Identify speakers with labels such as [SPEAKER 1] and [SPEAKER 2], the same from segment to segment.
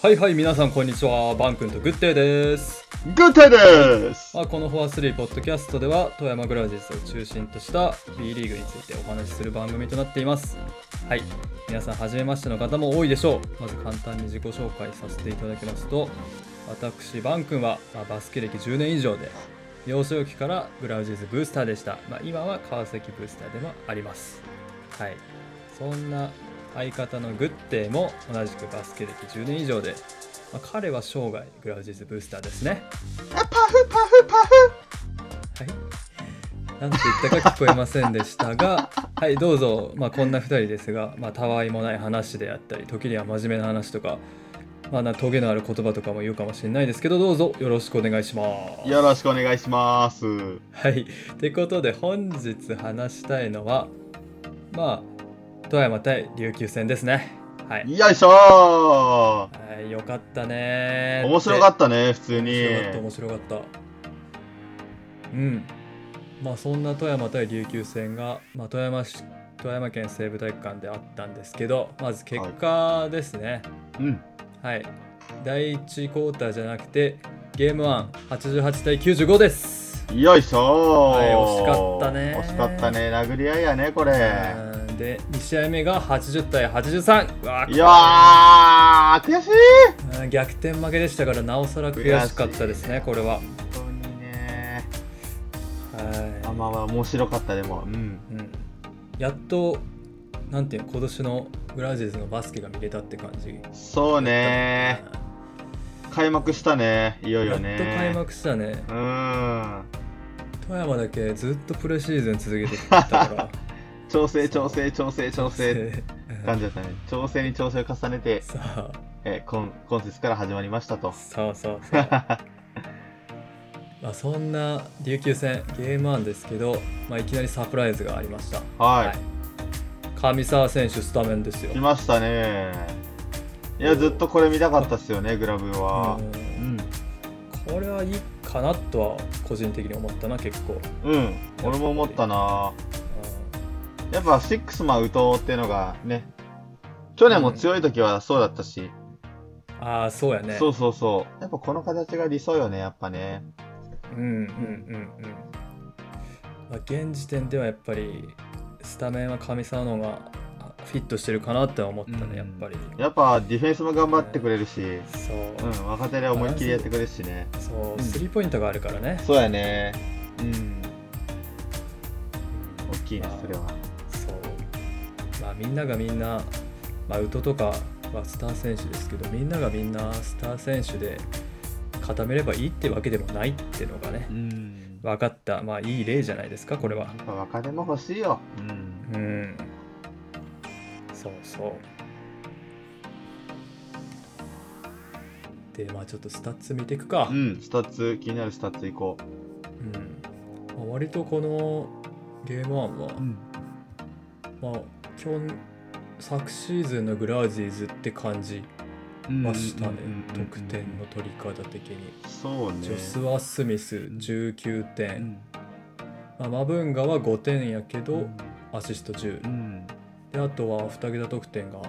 [SPEAKER 1] はいはい皆さんこんにちはバン君とグッデーです、
[SPEAKER 2] グッデーです
[SPEAKER 1] まあ、この「フォアスリーポッドキャストでは富山グラウジェスを中心とした B リーグについてお話しする番組となっていますはい皆さん初めましての方も多いでしょうまず簡単に自己紹介させていただきますと私バン君は、まあ、バスケ歴10年以上で幼少期からグラウジェスブースターでした、まあ、今は川崎ブースターでもありますはいそんな相方のグッデーも同じくバスケ歴10年以上で、まあ、彼は生涯グラウジーズブースターですね
[SPEAKER 2] あパフパフパフ
[SPEAKER 1] はいなんて言ったか聞こえませんでした がはいどうぞ、まあ、こんな2人ですが、まあ、たわいもない話であったり時には真面目な話とかまあなトゲのある言葉とかも言うかもしれないですけどどうぞよろしくお願いします
[SPEAKER 2] よろしくお願いします
[SPEAKER 1] はい。ということで本日話したいのはまあ富山対琉球戦ですね。はい。
[SPEAKER 2] よいしょ
[SPEAKER 1] はい、よかったね
[SPEAKER 2] ー面白か
[SPEAKER 1] た
[SPEAKER 2] ったね普通
[SPEAKER 1] 面
[SPEAKER 2] に
[SPEAKER 1] 白かった面白かった。うん。まあそんな富山対琉球戦が、まあ、富山市富山県西部体育館であったんですけどまず結果ですね。
[SPEAKER 2] うん
[SPEAKER 1] はい。第1クォーターじゃなくてゲーム188対95です。
[SPEAKER 2] よいしょ
[SPEAKER 1] はい
[SPEAKER 2] ー
[SPEAKER 1] 惜しかったね
[SPEAKER 2] 惜しかったね殴り合いやねこれ
[SPEAKER 1] うんで2試合目が80対83うわ
[SPEAKER 2] いやー悔しい
[SPEAKER 1] うん逆転負けでしたからなおさら悔しかったですねこれは
[SPEAKER 2] 本当にね
[SPEAKER 1] はい、
[SPEAKER 2] あまあまあ面白かったでもうん
[SPEAKER 1] うん、やっとなんていうの今年のグラウジェズのバスケが見れたって感じ
[SPEAKER 2] そうね開幕したねいよ
[SPEAKER 1] うん
[SPEAKER 2] い
[SPEAKER 1] や
[SPEAKER 2] よ
[SPEAKER 1] っと
[SPEAKER 2] ね
[SPEAKER 1] 開幕したね
[SPEAKER 2] うん
[SPEAKER 1] 富山だけずっとプレシーズン続けてきたから
[SPEAKER 2] 調整調整調整調整
[SPEAKER 1] うん
[SPEAKER 2] 感じだったね調整に調整を重ね て、
[SPEAKER 1] さあ
[SPEAKER 2] えー、今今節から始まりましたと
[SPEAKER 1] そうそうそうまあそんな琉球戦ゲーム1ですけど、まあ、いきなりサプライズがありました
[SPEAKER 2] は
[SPEAKER 1] 上沢選手スタメンですよ
[SPEAKER 2] い来。ましたねいやずっとこれ見たかったっすよねグラブは
[SPEAKER 1] う
[SPEAKER 2] うんん、
[SPEAKER 1] これはいいかなとは個人的に思ったな結構。
[SPEAKER 2] うん、俺も思ったなやっぱシックスマン打とうっていうのがね去年も強い時はそうだったし、
[SPEAKER 1] ああそうやね。
[SPEAKER 2] そうそうそうやっぱこの形が理想よねやっぱね
[SPEAKER 1] うんうんうんうん。まあ、現時点ではやっぱりスタメンは上沢の方があフィットしてるかなって思ったね、
[SPEAKER 2] うん
[SPEAKER 1] やっぱり。
[SPEAKER 2] やっぱディフェンスも頑張ってくれるし、
[SPEAKER 1] そう、
[SPEAKER 2] うん、若手で思いっきりやってくれるしね
[SPEAKER 1] そうう、
[SPEAKER 2] ん
[SPEAKER 1] スリーポイントがあるからね。
[SPEAKER 2] そうやねうん大きいねそれは
[SPEAKER 1] そう。まあみんながみんな、まあ、ウトとかはスター選手ですけどみんながみんなスター選手で固めればいいってわけでもないってのがね
[SPEAKER 2] うん
[SPEAKER 1] 分かったまあいい例じゃないですかこれは
[SPEAKER 2] やっぱ若手も欲しいよ。う
[SPEAKER 1] う
[SPEAKER 2] ん。
[SPEAKER 1] んそうそうでまあちょっとスタッツ見ていくか、
[SPEAKER 2] うん、スタッツ、気になるスタッツ行こ
[SPEAKER 1] うんまあ割とこのゲームワンは、
[SPEAKER 2] う。ん。
[SPEAKER 1] まあ基本昨シーズンのグラウジーズって感じましたね、得点の。取り方的に。
[SPEAKER 2] そうね。
[SPEAKER 1] ジョスワ・スミス
[SPEAKER 2] ん
[SPEAKER 1] 19
[SPEAKER 2] う
[SPEAKER 1] 点、
[SPEAKER 2] ん。
[SPEAKER 1] まあ、マブンガは5点やけど、
[SPEAKER 2] うん
[SPEAKER 1] アシスト10、
[SPEAKER 2] うん。
[SPEAKER 1] であとは2桁得点が、うん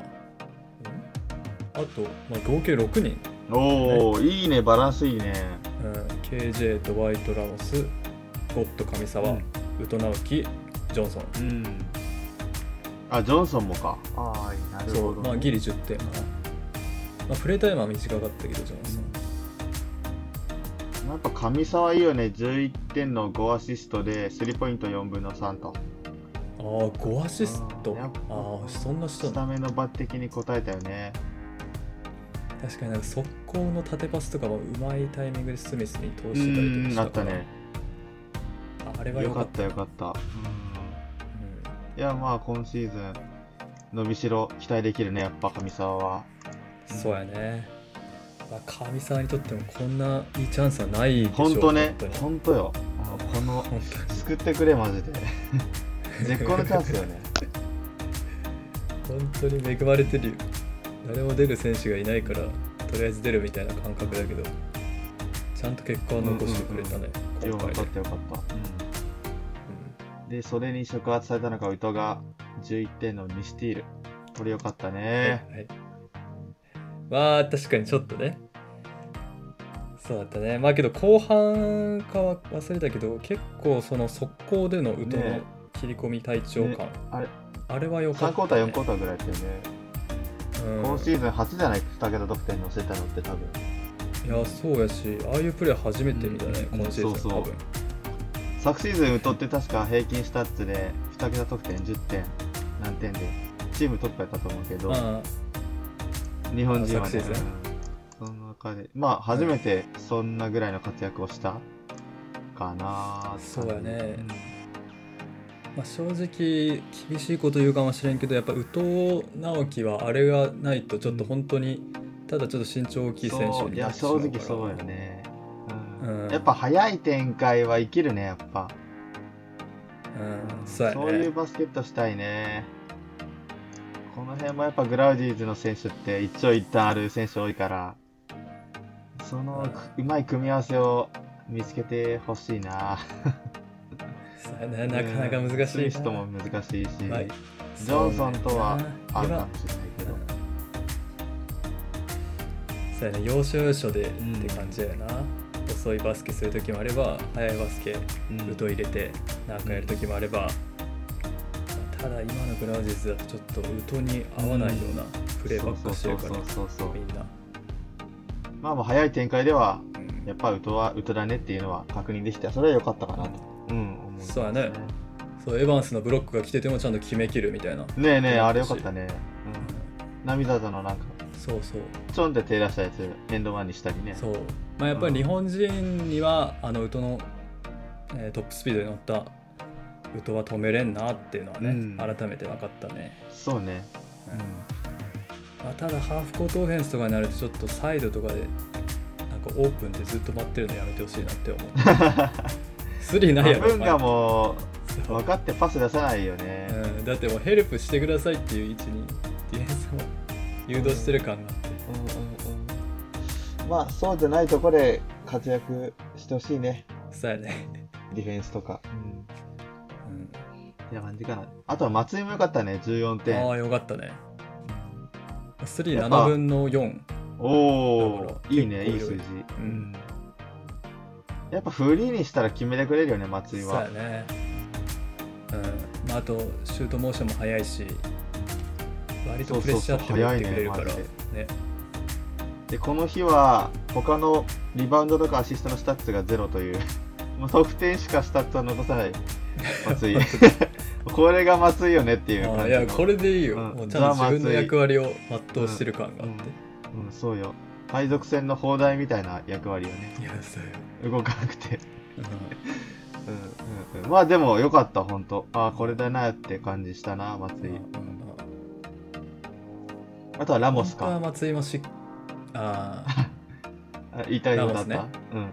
[SPEAKER 1] あと、まあ、合計6人、
[SPEAKER 2] おお、いいね、バランスいいね。
[SPEAKER 1] うん、KJ ドワイト・ラモスゴッド上沢、
[SPEAKER 2] うん
[SPEAKER 1] ウトナウキジョンソン
[SPEAKER 2] うん。あ、ジョンソンもか。ああ、なる
[SPEAKER 1] そ
[SPEAKER 2] ほ
[SPEAKER 1] う、
[SPEAKER 2] ど。
[SPEAKER 1] まあ、ギリ10点かな、まあ、プレータイムは短かったけどジョンソン、
[SPEAKER 2] やっぱ上沢いいよね。11点の5アシストで、スリーポイント4分の3と。
[SPEAKER 1] ああ5アシスト
[SPEAKER 2] あーやっぱ
[SPEAKER 1] ああそんな人
[SPEAKER 2] ス
[SPEAKER 1] な
[SPEAKER 2] タメンの抜擢に応えたよね。
[SPEAKER 1] 確かになんか速攻の縦パスとかもうまいタイミングでスミスに通
[SPEAKER 2] う
[SPEAKER 1] してたりとか
[SPEAKER 2] ん、
[SPEAKER 1] し
[SPEAKER 2] あ
[SPEAKER 1] た
[SPEAKER 2] っ
[SPEAKER 1] か
[SPEAKER 2] た
[SPEAKER 1] ら
[SPEAKER 2] ね。
[SPEAKER 1] ああれは
[SPEAKER 2] よ
[SPEAKER 1] 良
[SPEAKER 2] か
[SPEAKER 1] か
[SPEAKER 2] っ
[SPEAKER 1] った
[SPEAKER 2] た、よかった。うん。いやまあ今シーズン伸びしろ期待できるねやっぱ上沢は
[SPEAKER 1] うんそうやね、まあ、神沢にとってもこんないいチャンスはないでしょう
[SPEAKER 2] 本当ね
[SPEAKER 1] 本当に
[SPEAKER 2] 本当よあこの
[SPEAKER 1] 本
[SPEAKER 2] 救ってくれマジで 絶好のチャンスよ ね
[SPEAKER 1] 当に本当に恵まれてるよ誰も出る選手がいないからとりあえず出るみたいな感覚だけどちゃんと結果を残してくれたね、
[SPEAKER 2] よ
[SPEAKER 1] 今
[SPEAKER 2] かっ
[SPEAKER 1] 回で
[SPEAKER 2] た、よかった、でそれに触発されたのが宇都が11点の2スティールこれよかった
[SPEAKER 1] うん
[SPEAKER 2] ね
[SPEAKER 1] はいまあ確かにちょっとねそうだったねまあけど後半かは忘れたけど結構その速攻での宇都の
[SPEAKER 2] ね
[SPEAKER 1] 切り込み隊長感、
[SPEAKER 2] ねあれ
[SPEAKER 1] あれは良かった、
[SPEAKER 2] 3
[SPEAKER 1] ね、
[SPEAKER 2] クォーター、4クォーターぐらいだよね。
[SPEAKER 1] うん
[SPEAKER 2] 今シーズン初じゃない ?2 桁得点乗せたのって多分。
[SPEAKER 1] いやそうやしああいうプレー初めて見たね、
[SPEAKER 2] うん
[SPEAKER 1] 今シーズン
[SPEAKER 2] そうそ
[SPEAKER 1] 多
[SPEAKER 2] う
[SPEAKER 1] 分
[SPEAKER 2] 昨シーズン、ウトって確か平均スタッツで2桁得点10点何点で、チームトップやったと思うけど、
[SPEAKER 1] あ
[SPEAKER 2] 日本人は
[SPEAKER 1] 昨シ
[SPEAKER 2] ね
[SPEAKER 1] ーズン、
[SPEAKER 2] うんその中で、まあ初めてそんなぐらいの活躍をしたかなーって
[SPEAKER 1] そうやねあまあ、正直厳しいこと言うかもしれんけどやっぱ宇藤直樹はあれがないとちょっと本当に、ただちょっと身長大きい選手
[SPEAKER 2] そう
[SPEAKER 1] に
[SPEAKER 2] い
[SPEAKER 1] なっ
[SPEAKER 2] や
[SPEAKER 1] てしまうか
[SPEAKER 2] 正
[SPEAKER 1] ら
[SPEAKER 2] 直そうやね、うん
[SPEAKER 1] うん
[SPEAKER 2] やっぱ早い展開は生きるねやっぱ、
[SPEAKER 1] うん、そうやね
[SPEAKER 2] いうバスケットしたいねこの辺もやっぱグラウジーズの選手って一長一短ある選手多いからそのくうまい組み合わせを見つけてほしいな
[SPEAKER 1] そうやねなかなか難しいな、
[SPEAKER 2] シストも難しいし、
[SPEAKER 1] まあ
[SPEAKER 2] ジョンソンとはあ
[SPEAKER 1] そう
[SPEAKER 2] る
[SPEAKER 1] や
[SPEAKER 2] か
[SPEAKER 1] な
[SPEAKER 2] もしれないけど
[SPEAKER 1] そうやね要所要所でって感じやな、遅いバスケする時もあれば速いバスケ
[SPEAKER 2] うん
[SPEAKER 1] ウト入れてなんかやる時もあれば、ただ今のグラウジーズだとちょっとウトに合わないようなプレーばっかしてるから、
[SPEAKER 2] そうそうそうそう
[SPEAKER 1] みんな、
[SPEAKER 2] まあまあ早い展開では
[SPEAKER 1] うん
[SPEAKER 2] やっぱウトはウトだねっていうのは確認できてそれは良かったかなと、うん思います
[SPEAKER 1] そうやねそうエヴァンスのブロックが来ててもちゃんと決めきるみたいな、
[SPEAKER 2] ねえねえあれ良かったね、うん、涙だのなんか
[SPEAKER 1] そうそう
[SPEAKER 2] ちょんって手出したやつエンドワンにしたりね
[SPEAKER 1] そうまあやっぱり日本人には、あのウトの、えートップスピードに乗ったウトは止めれんなっていうのはね、
[SPEAKER 2] うん
[SPEAKER 1] 改めて分かったね、
[SPEAKER 2] そうね、
[SPEAKER 1] うんまあ、ただハーフコートオフェンスとかになるとちょっとサイドとかでなんかオープンでずっと待ってるのやめてほしいなって思 うスリーないやろ
[SPEAKER 2] 文化
[SPEAKER 1] う
[SPEAKER 2] も分かってパス出さないよね、
[SPEAKER 1] うん、だってもうヘルプしてくださいっていう位置にディフェンスも誘導してる感があって、
[SPEAKER 2] うんうんうんまあそうじゃないとこで活躍してほしいね
[SPEAKER 1] そうやね、
[SPEAKER 2] ディフェンスとか、うん、
[SPEAKER 1] うん
[SPEAKER 2] ってな感じかなあとは松井も良かったね14
[SPEAKER 1] あ
[SPEAKER 2] 点
[SPEAKER 1] あよかったね
[SPEAKER 2] やっぱ
[SPEAKER 1] 37分の4
[SPEAKER 2] お
[SPEAKER 1] だか
[SPEAKER 2] お
[SPEAKER 1] ら
[SPEAKER 2] いいねいい
[SPEAKER 1] 結構
[SPEAKER 2] 数
[SPEAKER 1] い
[SPEAKER 2] 字
[SPEAKER 1] る、うん
[SPEAKER 2] やっぱフリーにしたら決めてくれるよね松井
[SPEAKER 1] そうや
[SPEAKER 2] は
[SPEAKER 1] ねうんまあ、あとシュートモーションも速いし割とプレッシャーっても打ってくれるから
[SPEAKER 2] そうそうそう
[SPEAKER 1] ね
[SPEAKER 2] でこの日は他のリバウンドとかアシストのスタッツがゼロという もう得点しかスタッツは残さない 松井これが松井よねっていう感
[SPEAKER 1] あ
[SPEAKER 2] じ
[SPEAKER 1] あ
[SPEAKER 2] の
[SPEAKER 1] いやこれでいいよ、
[SPEAKER 2] うん
[SPEAKER 1] もうちゃんと
[SPEAKER 2] ザ
[SPEAKER 1] 自分の
[SPEAKER 2] 松井
[SPEAKER 1] 役割を全うしてる感があって、
[SPEAKER 2] うん、そうよ海賊船の砲台みたいな役割をね
[SPEAKER 1] いやそうよ、
[SPEAKER 2] 動かなくて、
[SPEAKER 1] うん
[SPEAKER 2] うんうんうん、まあでも良かった本当ああこれだなって感じしたな松井、
[SPEAKER 1] まあ
[SPEAKER 2] あとはラモス
[SPEAKER 1] 本当は
[SPEAKER 2] か
[SPEAKER 1] 松井もしあ あ
[SPEAKER 2] あ言いたいことだった、
[SPEAKER 1] ラモ
[SPEAKER 2] うん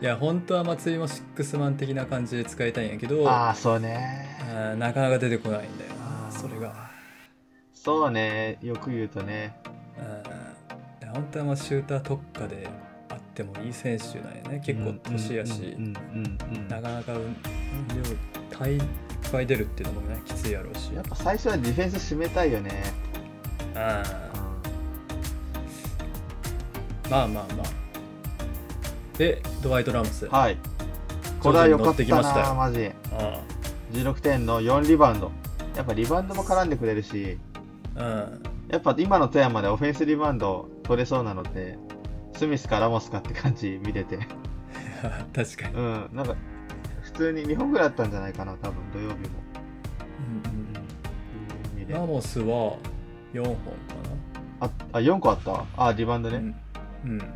[SPEAKER 1] いや本当は松井もシックスマン的な感じで使いたいんやけど
[SPEAKER 2] ああそうね
[SPEAKER 1] あーなかなか出てこないんだよ
[SPEAKER 2] あ
[SPEAKER 1] な
[SPEAKER 2] ー
[SPEAKER 1] それが
[SPEAKER 2] そうねよく言うとね
[SPEAKER 1] うん本当はまあシューター特化であってもいい選手なんやね結構年やし、
[SPEAKER 2] うんうんうんうん
[SPEAKER 1] なかなか運量体いっぱい出るっていうのもねきついやろうし
[SPEAKER 2] やっぱ最初はディフェンス締めたいよね、
[SPEAKER 1] うんまあまあまあでドワイト・ラムス、あ
[SPEAKER 2] はいこれは良か
[SPEAKER 1] 徐々に乗
[SPEAKER 2] っ
[SPEAKER 1] ってきま
[SPEAKER 2] た
[SPEAKER 1] したよ
[SPEAKER 2] なマジ
[SPEAKER 1] あ
[SPEAKER 2] 16点の4リバウンドやっぱリバウンドも絡んでくれるし
[SPEAKER 1] うん
[SPEAKER 2] やっぱ今の富山でオフェンスリバウンド取れそうなのでスミスかラモスかって感じ見てて
[SPEAKER 1] 確かに、
[SPEAKER 2] うんなんか普通に2本ぐらいあったんじゃないかな多分土曜日も、うん
[SPEAKER 1] ラモスは4本か
[SPEAKER 2] ああ4個あったあリバウンド
[SPEAKER 1] な、
[SPEAKER 2] ね、
[SPEAKER 1] うん、うん、
[SPEAKER 2] うん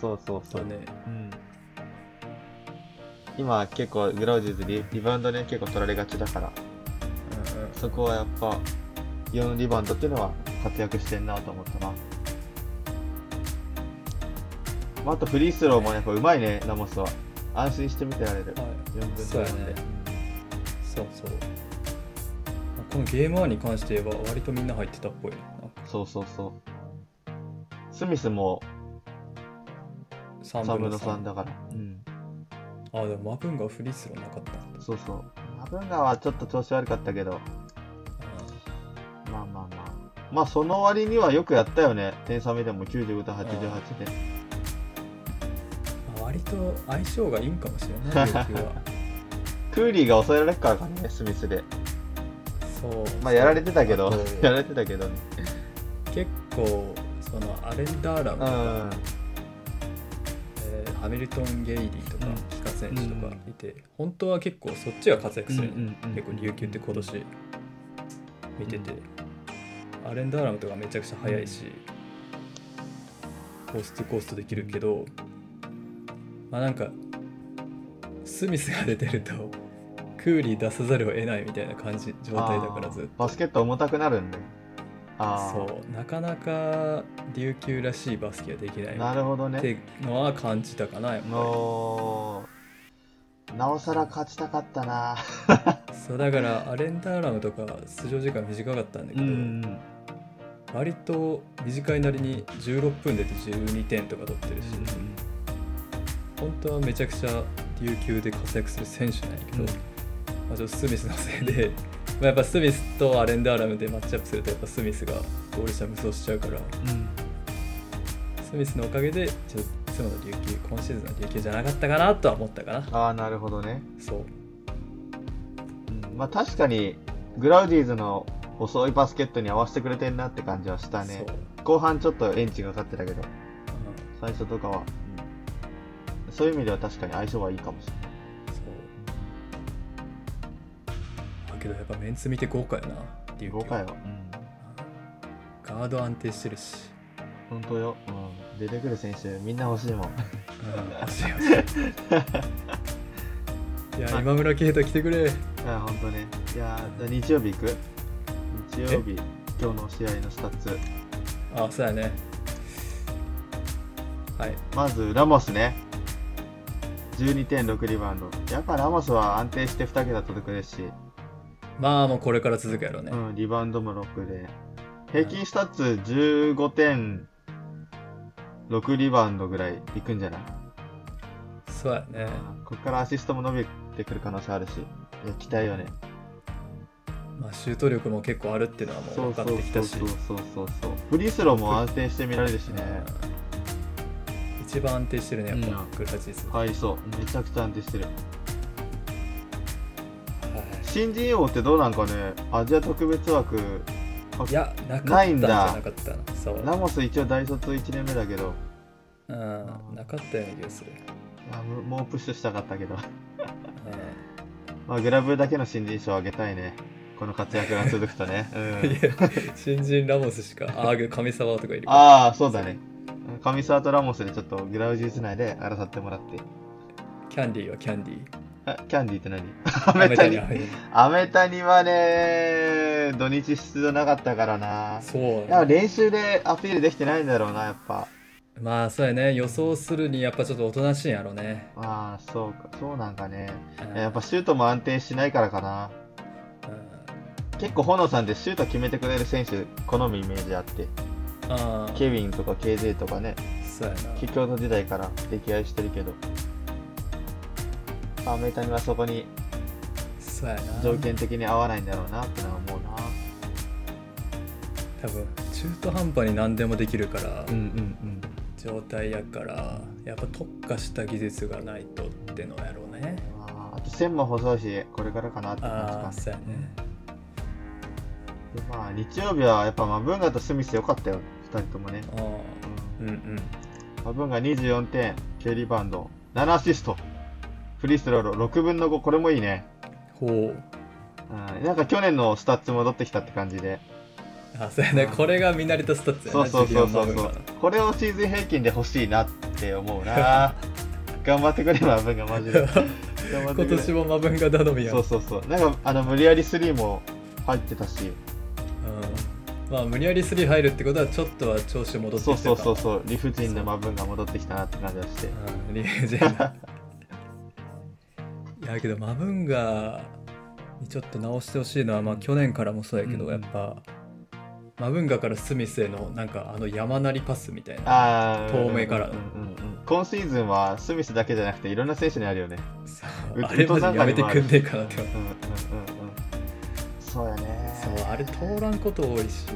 [SPEAKER 2] そうそう
[SPEAKER 1] そ
[SPEAKER 2] そ
[SPEAKER 1] ううね
[SPEAKER 2] うん今結構グラウジーズリリバウンドね結構取られがちだから
[SPEAKER 1] うんうん
[SPEAKER 2] そこはやっぱ4リバウンドっていうのは活躍してんなと思ったな、まあ、あとフリースローもやっぱうまいねラモスは安心して見てられる
[SPEAKER 1] はい
[SPEAKER 2] 4分の
[SPEAKER 1] そうやね
[SPEAKER 2] 4で
[SPEAKER 1] そうそうこのゲーム1に関して言えば割とみんな入ってたっぽいな
[SPEAKER 2] そうそうそうスミスも
[SPEAKER 1] 3
[SPEAKER 2] 3
[SPEAKER 1] 分
[SPEAKER 2] 分
[SPEAKER 1] の
[SPEAKER 2] の
[SPEAKER 1] 3,
[SPEAKER 2] 3だから、うん、
[SPEAKER 1] あでもマブンがフリースローなかったんだ
[SPEAKER 2] そうそうマブンガはちょっと調子悪かったけど
[SPEAKER 1] あ
[SPEAKER 2] まあまあまあまあその割にはよくやったよね点差目でも95対88で
[SPEAKER 1] まあ割と相性がいいんかもしれ ないですよ
[SPEAKER 2] クーリーが抑えられっからかねスミスで
[SPEAKER 1] そう
[SPEAKER 2] まあやられてたけど
[SPEAKER 1] あと
[SPEAKER 2] やられてたけどね
[SPEAKER 1] 結構そのアレンダーラム
[SPEAKER 2] う
[SPEAKER 1] とか、
[SPEAKER 2] ん
[SPEAKER 1] えーハミルトン・ゲイリーとか、
[SPEAKER 2] うん
[SPEAKER 1] キカ選手とかいて、本当は結構そっちが活躍する、結構琉球って今年見てて、アレンダーラムとかめちゃくちゃ速いし、コーストコーストできるけどまあなんかスミスが出てるとクーリー出さざるを得ないみたいな感じ状態だからずっと
[SPEAKER 2] あーバスケット重たくなるんでああ
[SPEAKER 1] そうなかなか琉球らしいバスケができない
[SPEAKER 2] なるほど
[SPEAKER 1] っ
[SPEAKER 2] ね
[SPEAKER 1] てのは感じたかなやっぱ
[SPEAKER 2] のなおさら勝ちたかったな
[SPEAKER 1] りそうだからアレンダーラムとか出場時間短かったんだけど、割と短いなりに16分出て12点とか取ってるし、本当はめちゃくちゃ琉球で活躍する選手なんやけど、
[SPEAKER 2] うん
[SPEAKER 1] まあ、ちょっとスミスのせいでまあやっぱスミスとアレンダーラムでマッチアップするとやっぱスミスがゴール下無双しちゃうからスミスのおかげでちょっといつもの琉球今シーズンの琉球じゃなかったかなとは思ったかな
[SPEAKER 2] ああなるほどね、
[SPEAKER 1] そう
[SPEAKER 2] うんまあ確かにグラウディーズの遅いバスケットに合わせてくれてんなって感じはしたね
[SPEAKER 1] そう
[SPEAKER 2] 後半ちょっとエンジンがかかってたけど最初とかは、そういう意味では確かに相性はいいかもしれない
[SPEAKER 1] そうだけどやっぱメンツ見て豪華やな琉球
[SPEAKER 2] 5回は、
[SPEAKER 1] ガード安定してるし、
[SPEAKER 2] 本当よ、うん出てくる選手みんな欲しいもん
[SPEAKER 1] うん、欲しい 欲しいいや今村圭太来てくれ
[SPEAKER 2] いや、本当ね。いやー、じゃあ日曜日行く日曜日、今日の試合のスタッツ。
[SPEAKER 1] あそうやねはい
[SPEAKER 2] まず、ラモスね。12.6リバウンド。やっぱラモスは安定して2桁届くですし、
[SPEAKER 1] まあもうこれから続くやろうね、
[SPEAKER 2] うん、リバウンドも6で。平均スタッツ15.6リバウンドぐらいいくんじゃない
[SPEAKER 1] そうやね
[SPEAKER 2] ここからアシストも伸びてくる可能性あるし、いや期待よね。
[SPEAKER 1] まあシュート力も結構あるっていうのはもう
[SPEAKER 2] そう
[SPEAKER 1] 分か
[SPEAKER 2] そ
[SPEAKER 1] っ
[SPEAKER 2] う
[SPEAKER 1] てき
[SPEAKER 2] そ
[SPEAKER 1] た
[SPEAKER 2] う
[SPEAKER 1] し
[SPEAKER 2] そうそうそうそう。フリースローも安定して見られるしね。
[SPEAKER 1] うん一番安定してるねやっぱ、
[SPEAKER 2] うん
[SPEAKER 1] クルハチーズ、
[SPEAKER 2] はい、そう。めちゃくちゃ安定してる。
[SPEAKER 1] はい
[SPEAKER 2] 新人王ってどうなんかねアジア特別枠
[SPEAKER 1] いや、なかった
[SPEAKER 2] なんい
[SPEAKER 1] じ
[SPEAKER 2] ん
[SPEAKER 1] ゃ
[SPEAKER 2] だ
[SPEAKER 1] なかったな。そう。
[SPEAKER 2] ラモス一応大卒1年目だけど
[SPEAKER 1] うん、なかったような気がする。
[SPEAKER 2] あもうもうプッシュしたかったけど、
[SPEAKER 1] う
[SPEAKER 2] まあ、グラブだけの新人賞あげたいねこの活躍が続くとね、うん
[SPEAKER 1] 、い
[SPEAKER 2] ん、
[SPEAKER 1] や、新人ラモスしか、ああ、けど神沢とかいるから。
[SPEAKER 2] ああそうだね上沢とラモスでちょっとグラウジーズ内で争ってもらって
[SPEAKER 1] キャンディーはキャンディー。
[SPEAKER 2] あキャンディーって何アメタニ
[SPEAKER 1] アメタニ
[SPEAKER 2] アメタニはね土日出場なかったからな
[SPEAKER 1] そう
[SPEAKER 2] い
[SPEAKER 1] な
[SPEAKER 2] や
[SPEAKER 1] の。
[SPEAKER 2] 練習でアピールできてないんだろうなやっぱ
[SPEAKER 1] まあ、そうやね。予想するに、やっぱちょっとおとなしいんやろね。
[SPEAKER 2] ああそうかそうなんかね
[SPEAKER 1] うん
[SPEAKER 2] やっぱシュートも安定しないからかな
[SPEAKER 1] うん
[SPEAKER 2] 結構炎さんってシュート決めてくれる選手好みイメージあって
[SPEAKER 1] ああ、
[SPEAKER 2] ケビンとか KJ とかね
[SPEAKER 1] そうやな。
[SPEAKER 2] キ京都時代から溺愛してるけどアメタにはそこに
[SPEAKER 1] そうやな。
[SPEAKER 2] 条件的に合わないんだろうなってのは思うな
[SPEAKER 1] 多分、中途半端に何でもできるから、
[SPEAKER 2] んうん
[SPEAKER 1] 状態やから、やっぱ特化した技術がないとってのやろうね。
[SPEAKER 2] うんあーあと線も細いしこれからかなって
[SPEAKER 1] あ
[SPEAKER 2] 感
[SPEAKER 1] あ、
[SPEAKER 2] じ
[SPEAKER 1] そ
[SPEAKER 2] か
[SPEAKER 1] うやね。
[SPEAKER 2] でまあ日曜日はやっぱマブンガとスミス良かったよ2人ともね、
[SPEAKER 1] ああ、うんうん。
[SPEAKER 2] マブンガ24点9リバウンド7アシストフリースロー6分の5これもいいね
[SPEAKER 1] ほう。
[SPEAKER 2] うんなんか去年のスタッツ戻ってきたって感じで、
[SPEAKER 1] あそうやね、
[SPEAKER 2] うん
[SPEAKER 1] これが見慣れたスタッツや
[SPEAKER 2] そう
[SPEAKER 1] な
[SPEAKER 2] そう
[SPEAKER 1] ジ
[SPEAKER 2] そう
[SPEAKER 1] ュ
[SPEAKER 2] そ
[SPEAKER 1] リアンマブン
[SPEAKER 2] う
[SPEAKER 1] が
[SPEAKER 2] これをシーズン平均で欲しいなって思う な頑張ってくれマブンがマジで頑張って
[SPEAKER 1] 今
[SPEAKER 2] くれ
[SPEAKER 1] 年もマブンが頼みやん
[SPEAKER 2] そうそうそうなんかあの無理やりスリーも入ってたし
[SPEAKER 1] うんまあ無理やり3入るってことはちょっとは調子戻ってきてた
[SPEAKER 2] そうそうそうそう理不尽なマブンが戻ってきたなって感じがして
[SPEAKER 1] うんリージェン ドいやけどマブンがにちょっと直してほしいのは、まあ、去年からもそうやけど、
[SPEAKER 2] うん
[SPEAKER 1] やっぱマブンガからスミスへのなんかあの山なりパスみたいな
[SPEAKER 2] ああ
[SPEAKER 1] 遠目から
[SPEAKER 2] うんうんうん今シーズンはスミスだけじゃなくていろんな選手にあるよね
[SPEAKER 1] そう
[SPEAKER 2] う
[SPEAKER 1] あれマジやめてくんねえかなっ
[SPEAKER 2] うん
[SPEAKER 1] て
[SPEAKER 2] うんうんうんそうやね
[SPEAKER 1] そうあれ通らんこと多いし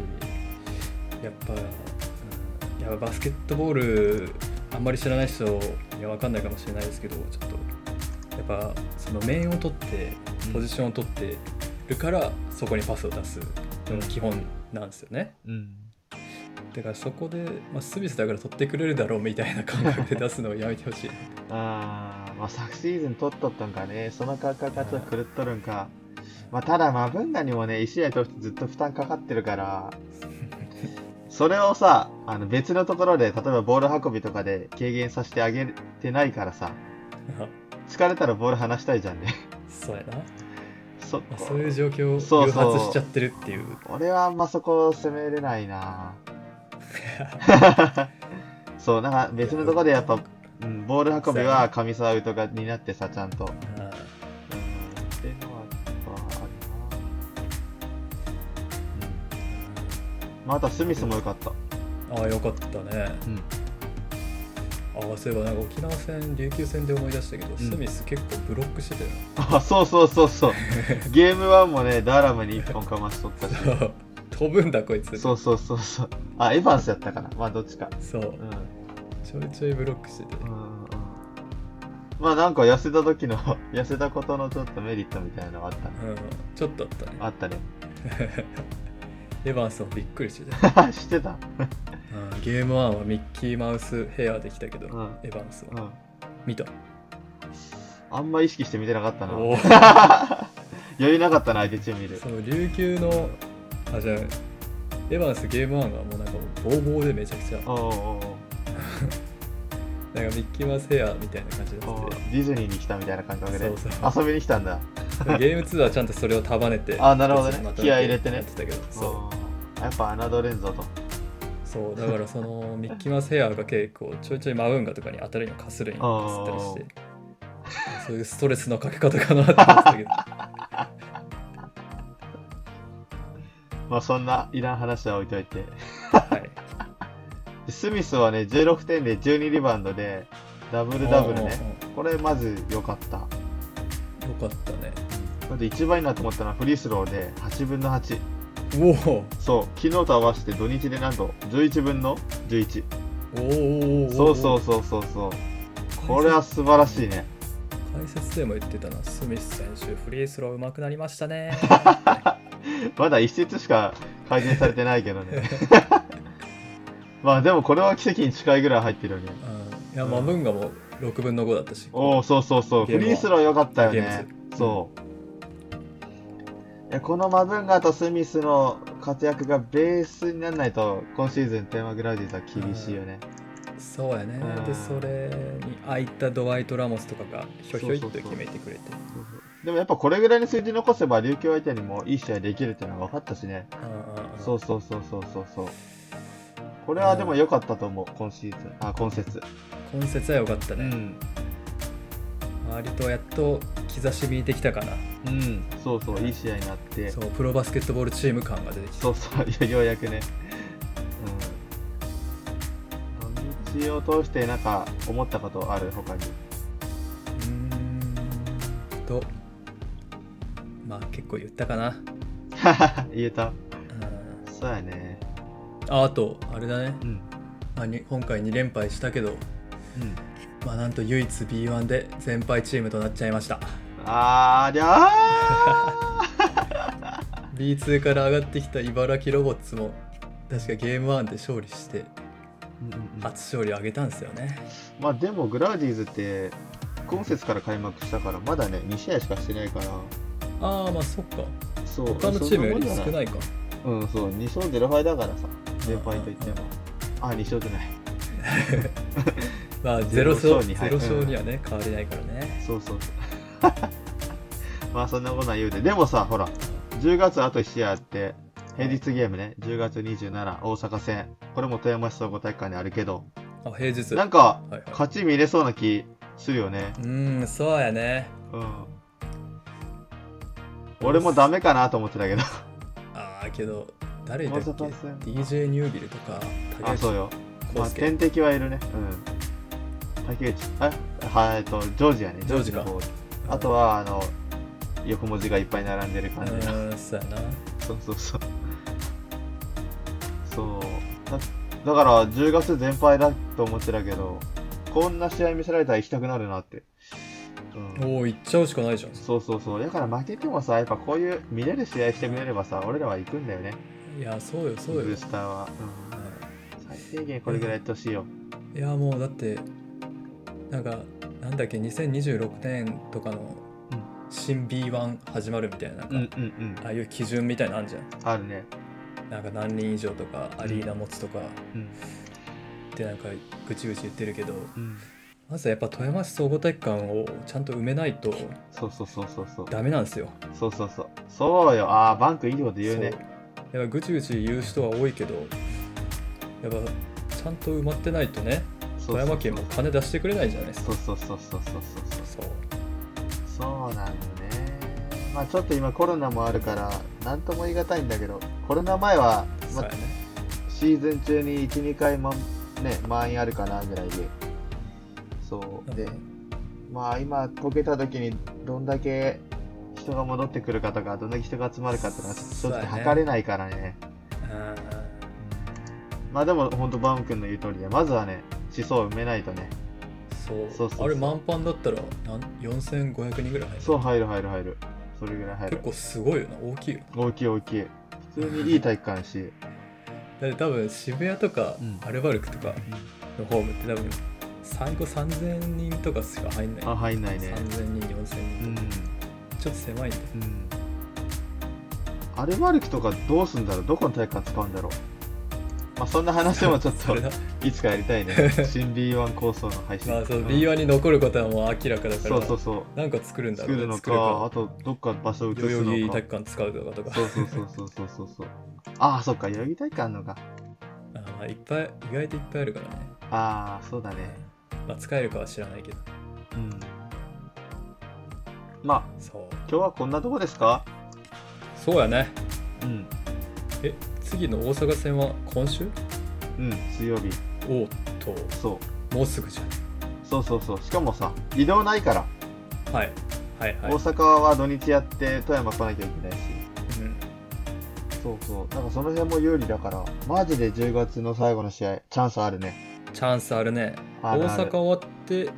[SPEAKER 1] やっぱいやバスケットボールあんまり知らない人いやわかんないかもしれないですけどちょっとやっぱその面を取ってポジションを取ってるからそこにパスを出すのが基本なんですよね。
[SPEAKER 2] うん。
[SPEAKER 1] だからそこで、まあ、スミスだから取ってくれるだろうみたいな感覚で出すのをやめてほしい。
[SPEAKER 2] あーまあ、昨シーズン取っとったんかね、その感覚がちょっと狂っとるんか。まあ、ただ、マブンガにもね、1試合通してずっと負担かかって るから、それをさ、あの別のところで、例えばボール運びとかで軽減させてあげてないからさ、疲れたらボール離したいじゃんね。
[SPEAKER 1] そうやな、
[SPEAKER 2] そ
[SPEAKER 1] まあ、そういう状況を
[SPEAKER 2] そう
[SPEAKER 1] 誘
[SPEAKER 2] そう
[SPEAKER 1] 発しちゃってるっていう。
[SPEAKER 2] 俺はあんまそこを攻めれな いなそう、なんか別のところでやっぱ、うん、ボール運びは神沢ウトがになってさ、ちゃん
[SPEAKER 1] あ
[SPEAKER 2] と。っていうのはやっぱあるな、うんまあ、あとはスミスも良かった、
[SPEAKER 1] あよかったね。
[SPEAKER 2] うん、
[SPEAKER 1] ああそういえばなんか沖縄戦琉球戦で思い出したけど、スミス結構ブロックしてたよ。
[SPEAKER 2] あそうそうそうそうゲーム1もねダーラムに1本かまし とったし
[SPEAKER 1] 飛ぶんだこいつ
[SPEAKER 2] そうそうそうそうあエヴァンスやったかなまあどっちか
[SPEAKER 1] そう
[SPEAKER 2] うん
[SPEAKER 1] ちょいちょいブロックしてて
[SPEAKER 2] うんうんまあなんか痩せた時の 痩せたことのちょっとメリットみたいなのはあったね
[SPEAKER 1] うんちょっとあったね
[SPEAKER 2] あったね
[SPEAKER 1] エヴァンスもびっくりしてて、
[SPEAKER 2] 知ってた
[SPEAKER 1] うんゲーム1はミッキーマウスヘアできたけど、
[SPEAKER 2] うん
[SPEAKER 1] エヴァンスは、
[SPEAKER 2] うん
[SPEAKER 1] 見た
[SPEAKER 2] あんま意識して見てなかったな
[SPEAKER 1] おお
[SPEAKER 2] 余裕なかったな相手チーム見 る
[SPEAKER 1] そう琉球のあじゃあエヴァンスゲーム1はもうなんかボーボーでめちゃくちゃなんか
[SPEAKER 2] おうおうおう
[SPEAKER 1] ミッキーマウスヘアみたいな感じで
[SPEAKER 2] こうディズニーに来たみたいな感覚で
[SPEAKER 1] そうそ
[SPEAKER 2] 遊びに来たんだ
[SPEAKER 1] ゲーム2はちゃんとそれを束ねて
[SPEAKER 2] あなるほどね
[SPEAKER 1] 別にまた
[SPEAKER 2] 気合い入れてね
[SPEAKER 1] やってたけどそう
[SPEAKER 2] うんやっぱ侮れんぞと
[SPEAKER 1] そうだからそのミッキーマウスヘアが結構ちょいちょいマウンガとかに当たるのかするんやつったりしてそういうストレスのかけ方かなって思ってた けど
[SPEAKER 2] まあそんないらん話は置いといて
[SPEAKER 1] はい
[SPEAKER 2] スミスはね16点で12リバウンドでダブルダブルねこれまず良かった
[SPEAKER 1] うんうんよかったね
[SPEAKER 2] だって一番いいなと思ったのはフリースローで8分の8
[SPEAKER 1] おー
[SPEAKER 2] そう昨日と合わせて土日でなんと11分の11
[SPEAKER 1] おーおーおーおー
[SPEAKER 2] そうそうそうそうそうこれは素晴らしいね
[SPEAKER 1] 解説でも言ってたなスミス選手フリースロー上手くなりました ね
[SPEAKER 2] まだ一節しか改善されてないけど ねまあでもこれは奇跡に近いぐらい入ってるよね
[SPEAKER 1] うんいやマウンガも6分の5だったし
[SPEAKER 2] おおそうそうそう
[SPEAKER 1] ゲー
[SPEAKER 2] フ
[SPEAKER 1] ムは
[SPEAKER 2] リースロー良かったよ
[SPEAKER 1] ゲー
[SPEAKER 2] ねそう、いやこのマブンガとスミスの活躍がベースにならないと今シーズンテーマグラウディーズは厳しいよね、
[SPEAKER 1] そうやね
[SPEAKER 2] うん
[SPEAKER 1] でそれに空いたドワイト・ラモスとかがひょひょいっと決めてくれて
[SPEAKER 2] でもやっぱこれぐらいの数字残せば琉球相手にもいい試合できるっていうのは分かったしね、
[SPEAKER 1] そ
[SPEAKER 2] そうそうそうそうそうそうこれはでも良かったと思う今シーズンあ今節
[SPEAKER 1] 今節は良かった
[SPEAKER 2] う
[SPEAKER 1] ね、
[SPEAKER 2] ん
[SPEAKER 1] 割とやっと兆し見えてきたかな
[SPEAKER 2] うんそうそういい試合になって
[SPEAKER 1] そうプロバスケットボールチーム感が出てきた
[SPEAKER 2] そうそう、いやようやくね。うん。土日を通して、なんか、思ったことある、他に。
[SPEAKER 1] う ーんとまあ結構言ったかな
[SPEAKER 2] 言えた。
[SPEAKER 1] うん
[SPEAKER 2] そうやね。
[SPEAKER 1] ああとあれだね
[SPEAKER 2] うん。
[SPEAKER 1] あに今回2連敗したけど
[SPEAKER 2] うん。
[SPEAKER 1] まあなんと唯一 B1 で全敗チームとなっちゃいました
[SPEAKER 2] あーりゃ
[SPEAKER 1] B2 から上がってきた茨城ロボッツも確かゲーム1で勝利して
[SPEAKER 2] ー
[SPEAKER 1] 初勝利を挙げたんですよね
[SPEAKER 2] まあ、でも、グラウディーズって、今節から開幕したから、まだね、2試合しかしてないから、
[SPEAKER 1] ああまあそっか
[SPEAKER 2] そう。
[SPEAKER 1] 他のチームより
[SPEAKER 2] そん
[SPEAKER 1] 少
[SPEAKER 2] もんじゃ
[SPEAKER 1] ないか
[SPEAKER 2] うん、そう、2勝0敗だからさ、全敗といっても。あ、2勝じゃない。
[SPEAKER 1] まあゼ
[SPEAKER 2] ゼ
[SPEAKER 1] ロ
[SPEAKER 2] ロ
[SPEAKER 1] 勝
[SPEAKER 2] 勝に
[SPEAKER 1] ゼロ勝にはね変わりないからね
[SPEAKER 2] そう そうそう。まあそんなことは言うで。でもさ、ほら、10月あと1試合あって、平日ゲームね、10月27大阪戦。これも富山市総合体育館にあるけど、
[SPEAKER 1] あ平日
[SPEAKER 2] なんか、
[SPEAKER 1] はいはい、
[SPEAKER 2] 勝ち見れそうな気するよね。
[SPEAKER 1] うーんそうやね
[SPEAKER 2] うん。俺もダメかなと思ってたけ ど。
[SPEAKER 1] ああけど誰だっけ
[SPEAKER 2] 大阪戦
[SPEAKER 1] DJ ニュービルとか
[SPEAKER 2] あ、そう
[SPEAKER 1] よ
[SPEAKER 2] よ。まあ天敵はいるね。うん。竹内。あ、はい、えっと、ジョージやね。ジョージの方。あとは、あの、横文字がいっぱい並んでる
[SPEAKER 1] う
[SPEAKER 2] 感じの。
[SPEAKER 1] ーんそうやな
[SPEAKER 2] そうそうそう。そう。だから10月全敗だと思ってたけど、こんな試合見せられたら行きたくなるなって。うん、
[SPEAKER 1] おお、行っちゃうしかないじゃん。
[SPEAKER 2] そうそうそう。だから負けてもさ、やっぱこういう見れる試合してくれればさ、俺らは行くんだよね。
[SPEAKER 1] いや、そうよ、そうよ。
[SPEAKER 2] ブースターは。うん、最低限これぐらいやってほしいよ。
[SPEAKER 1] いや、もうだって、なんか、なんだっけ、2026年とかの
[SPEAKER 2] うん
[SPEAKER 1] 新 B1 始まるみたいな、なん
[SPEAKER 2] う
[SPEAKER 1] か、
[SPEAKER 2] んうんうん。
[SPEAKER 1] ああいう基準みたいなのあるじゃん。
[SPEAKER 2] あるね。
[SPEAKER 1] なんか何人以上とか、アリーナ持つとか、
[SPEAKER 2] うん。
[SPEAKER 1] ってなんか、ぐちぐち言ってるけど、
[SPEAKER 2] うん、
[SPEAKER 1] まずはやっぱ富山市総合体育館をちゃんと埋めないと
[SPEAKER 2] そうそうそうそうそう。
[SPEAKER 1] ダメなんですよ。
[SPEAKER 2] そうそうそう。そうよ。ああ、バンクいいこと言うね。
[SPEAKER 1] そうやっぱぐちぐち言う人は多いけどやっぱちゃんと埋まってないとね
[SPEAKER 2] そう
[SPEAKER 1] 富山県も金出してくれないじゃないです
[SPEAKER 2] そ
[SPEAKER 1] か
[SPEAKER 2] うそうそうそうそうそうそう。
[SPEAKER 1] そう
[SPEAKER 2] そうなんだね。まあちょっと今コロナもあるから、なんとも言い難いんだけど、コロナ前は、
[SPEAKER 1] そ
[SPEAKER 2] ま
[SPEAKER 1] う
[SPEAKER 2] あ
[SPEAKER 1] やね
[SPEAKER 2] シーズン中に1、2回も、ね、満員あるかなぐらいで。そう。で、まあ今溶けた時にどんだけ人が戻ってくるかとか、どんだけ人が集まるかってのは正
[SPEAKER 1] そうだ
[SPEAKER 2] 直
[SPEAKER 1] ね
[SPEAKER 2] 測れないからね。
[SPEAKER 1] あ
[SPEAKER 2] まあでも本当バウム君の言う通りで、まずはね、思想を埋めないとね。
[SPEAKER 1] ーそう
[SPEAKER 2] そうそうそう
[SPEAKER 1] あれ満帆だったらなん4500人ぐらい入る
[SPEAKER 2] そう、入る入る入る。それぐらい入
[SPEAKER 1] 結
[SPEAKER 2] る。
[SPEAKER 1] 構すごいよな大きいよ
[SPEAKER 2] 大きい大きい。普通にいい体育館やし。
[SPEAKER 1] だって多分渋谷とか
[SPEAKER 2] うん
[SPEAKER 1] アルバルクとかのホームって多分最後3000人とかしか入んない
[SPEAKER 2] あ、入んないね。
[SPEAKER 1] 3000人4000
[SPEAKER 2] う
[SPEAKER 1] 人、
[SPEAKER 2] ん。
[SPEAKER 1] ちょっと狭いんで
[SPEAKER 2] うん。アルバルクとかどうすんだろうどこの体育館使うんだろうまあそんな話もちょっ
[SPEAKER 1] それな
[SPEAKER 2] といつかやりた いね。新 B1 構想の配信。
[SPEAKER 1] まあその
[SPEAKER 2] ん
[SPEAKER 1] B1 に残ることはもう明らかだから、
[SPEAKER 2] そうそうそう。
[SPEAKER 1] なんか作るんだ
[SPEAKER 2] 作
[SPEAKER 1] ろう
[SPEAKER 2] る
[SPEAKER 1] ね
[SPEAKER 2] の
[SPEAKER 1] 作る
[SPEAKER 2] か、あ
[SPEAKER 1] か
[SPEAKER 2] とどっか場所を移
[SPEAKER 1] 代
[SPEAKER 2] す
[SPEAKER 1] 々木
[SPEAKER 2] の
[SPEAKER 1] 体
[SPEAKER 2] か。
[SPEAKER 1] 育館使うとかとか
[SPEAKER 2] そうそうそうそうそうそうそう。ああ、そっか、代々木体育館あんのか。
[SPEAKER 1] あーいっぱい意外といっぱいあるからね、
[SPEAKER 2] ああ、そうだね。
[SPEAKER 1] まあ、使えるかは知らないけど
[SPEAKER 2] うん。まあ、
[SPEAKER 1] そう
[SPEAKER 2] 今日はこんなとこですか
[SPEAKER 1] そうやね
[SPEAKER 2] うん。
[SPEAKER 1] え次の大阪戦は今週
[SPEAKER 2] うん、水曜日。
[SPEAKER 1] おっと
[SPEAKER 2] そう。
[SPEAKER 1] もうすぐじゃ
[SPEAKER 2] そうそうそう。しかもさ、移動ないから、
[SPEAKER 1] んはいはいはい
[SPEAKER 2] 大阪は土日やって富山来なきゃいけないし。
[SPEAKER 1] うん
[SPEAKER 2] そうそう。なんかその辺も有利だから、マジで10月の最後の試合、チャンスあるね。
[SPEAKER 1] チャンスあるね
[SPEAKER 2] あるある
[SPEAKER 1] 大阪終わって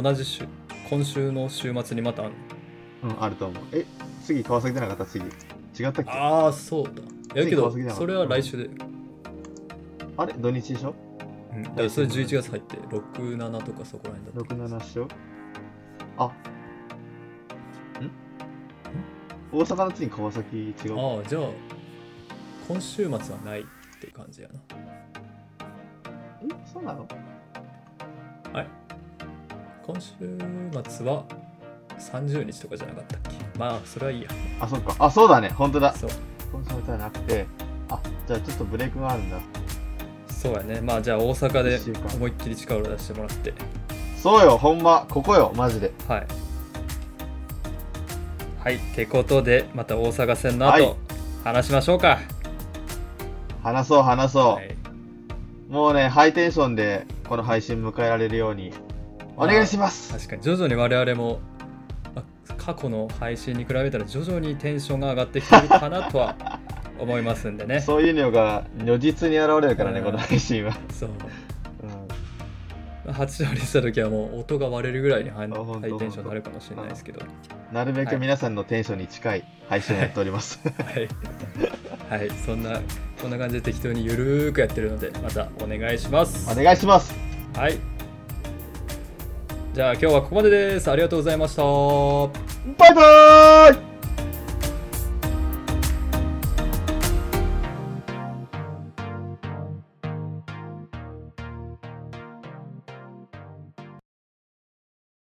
[SPEAKER 1] 同じ週今週の週末にまたあんの
[SPEAKER 2] うん、あると思う。え、次川崎出なかった次。違ったっけあ
[SPEAKER 1] ああそうだいやけ
[SPEAKER 2] 次川
[SPEAKER 1] ど
[SPEAKER 2] 崎だな
[SPEAKER 1] それは来週で、
[SPEAKER 2] れ土日でしょ
[SPEAKER 1] うん、だからそれ11月入って67とかそこら辺だった
[SPEAKER 2] ?67 しょあ。ん大阪の次に川崎違う。
[SPEAKER 1] ああじゃあ今週末はないって感じやな
[SPEAKER 2] え、そうなの
[SPEAKER 1] 今週末は30日とかじゃなかったっけまあそれはいいや
[SPEAKER 2] あ、そっか。あ、そうだね。本当だ。
[SPEAKER 1] そう
[SPEAKER 2] コンサルじゃなくて、あ、じゃあちょっとブレイクがあるんだ。
[SPEAKER 1] そうやねまあじゃあ大阪で
[SPEAKER 2] 一週間
[SPEAKER 1] 思いっきり力を出してもらって
[SPEAKER 2] そうよ、ほんま、ここよ、マジで。
[SPEAKER 1] はいはいってことでまた大阪戦の後、
[SPEAKER 2] はい
[SPEAKER 1] 話しましょうか
[SPEAKER 2] 話そう、話そう。
[SPEAKER 1] はい
[SPEAKER 2] もうね、ハイテンションで、この配信迎えられるように、お願いします。
[SPEAKER 1] 確かに徐々に我々も、まあ過去の配信に比べたら徐々にテンションが上がってきてるかなとは思いますんでね
[SPEAKER 2] そういうのが、如実に現れるからね、
[SPEAKER 1] うん
[SPEAKER 2] この配信は。
[SPEAKER 1] そう
[SPEAKER 2] う
[SPEAKER 1] 初勝利した時はもう音が割れるぐらいにハイ
[SPEAKER 2] あほんと
[SPEAKER 1] ハイテンションになるかもしれないですけど
[SPEAKER 2] ん、なるべく皆さんのテンションに近い配信をやっており ます。
[SPEAKER 1] はい、はい、そんなこんな感じで適当にゆるーくやってるのでまたお願いします
[SPEAKER 2] お願いします。
[SPEAKER 1] はいじゃあ今日はここまでですありがとうございました
[SPEAKER 2] バイバーイ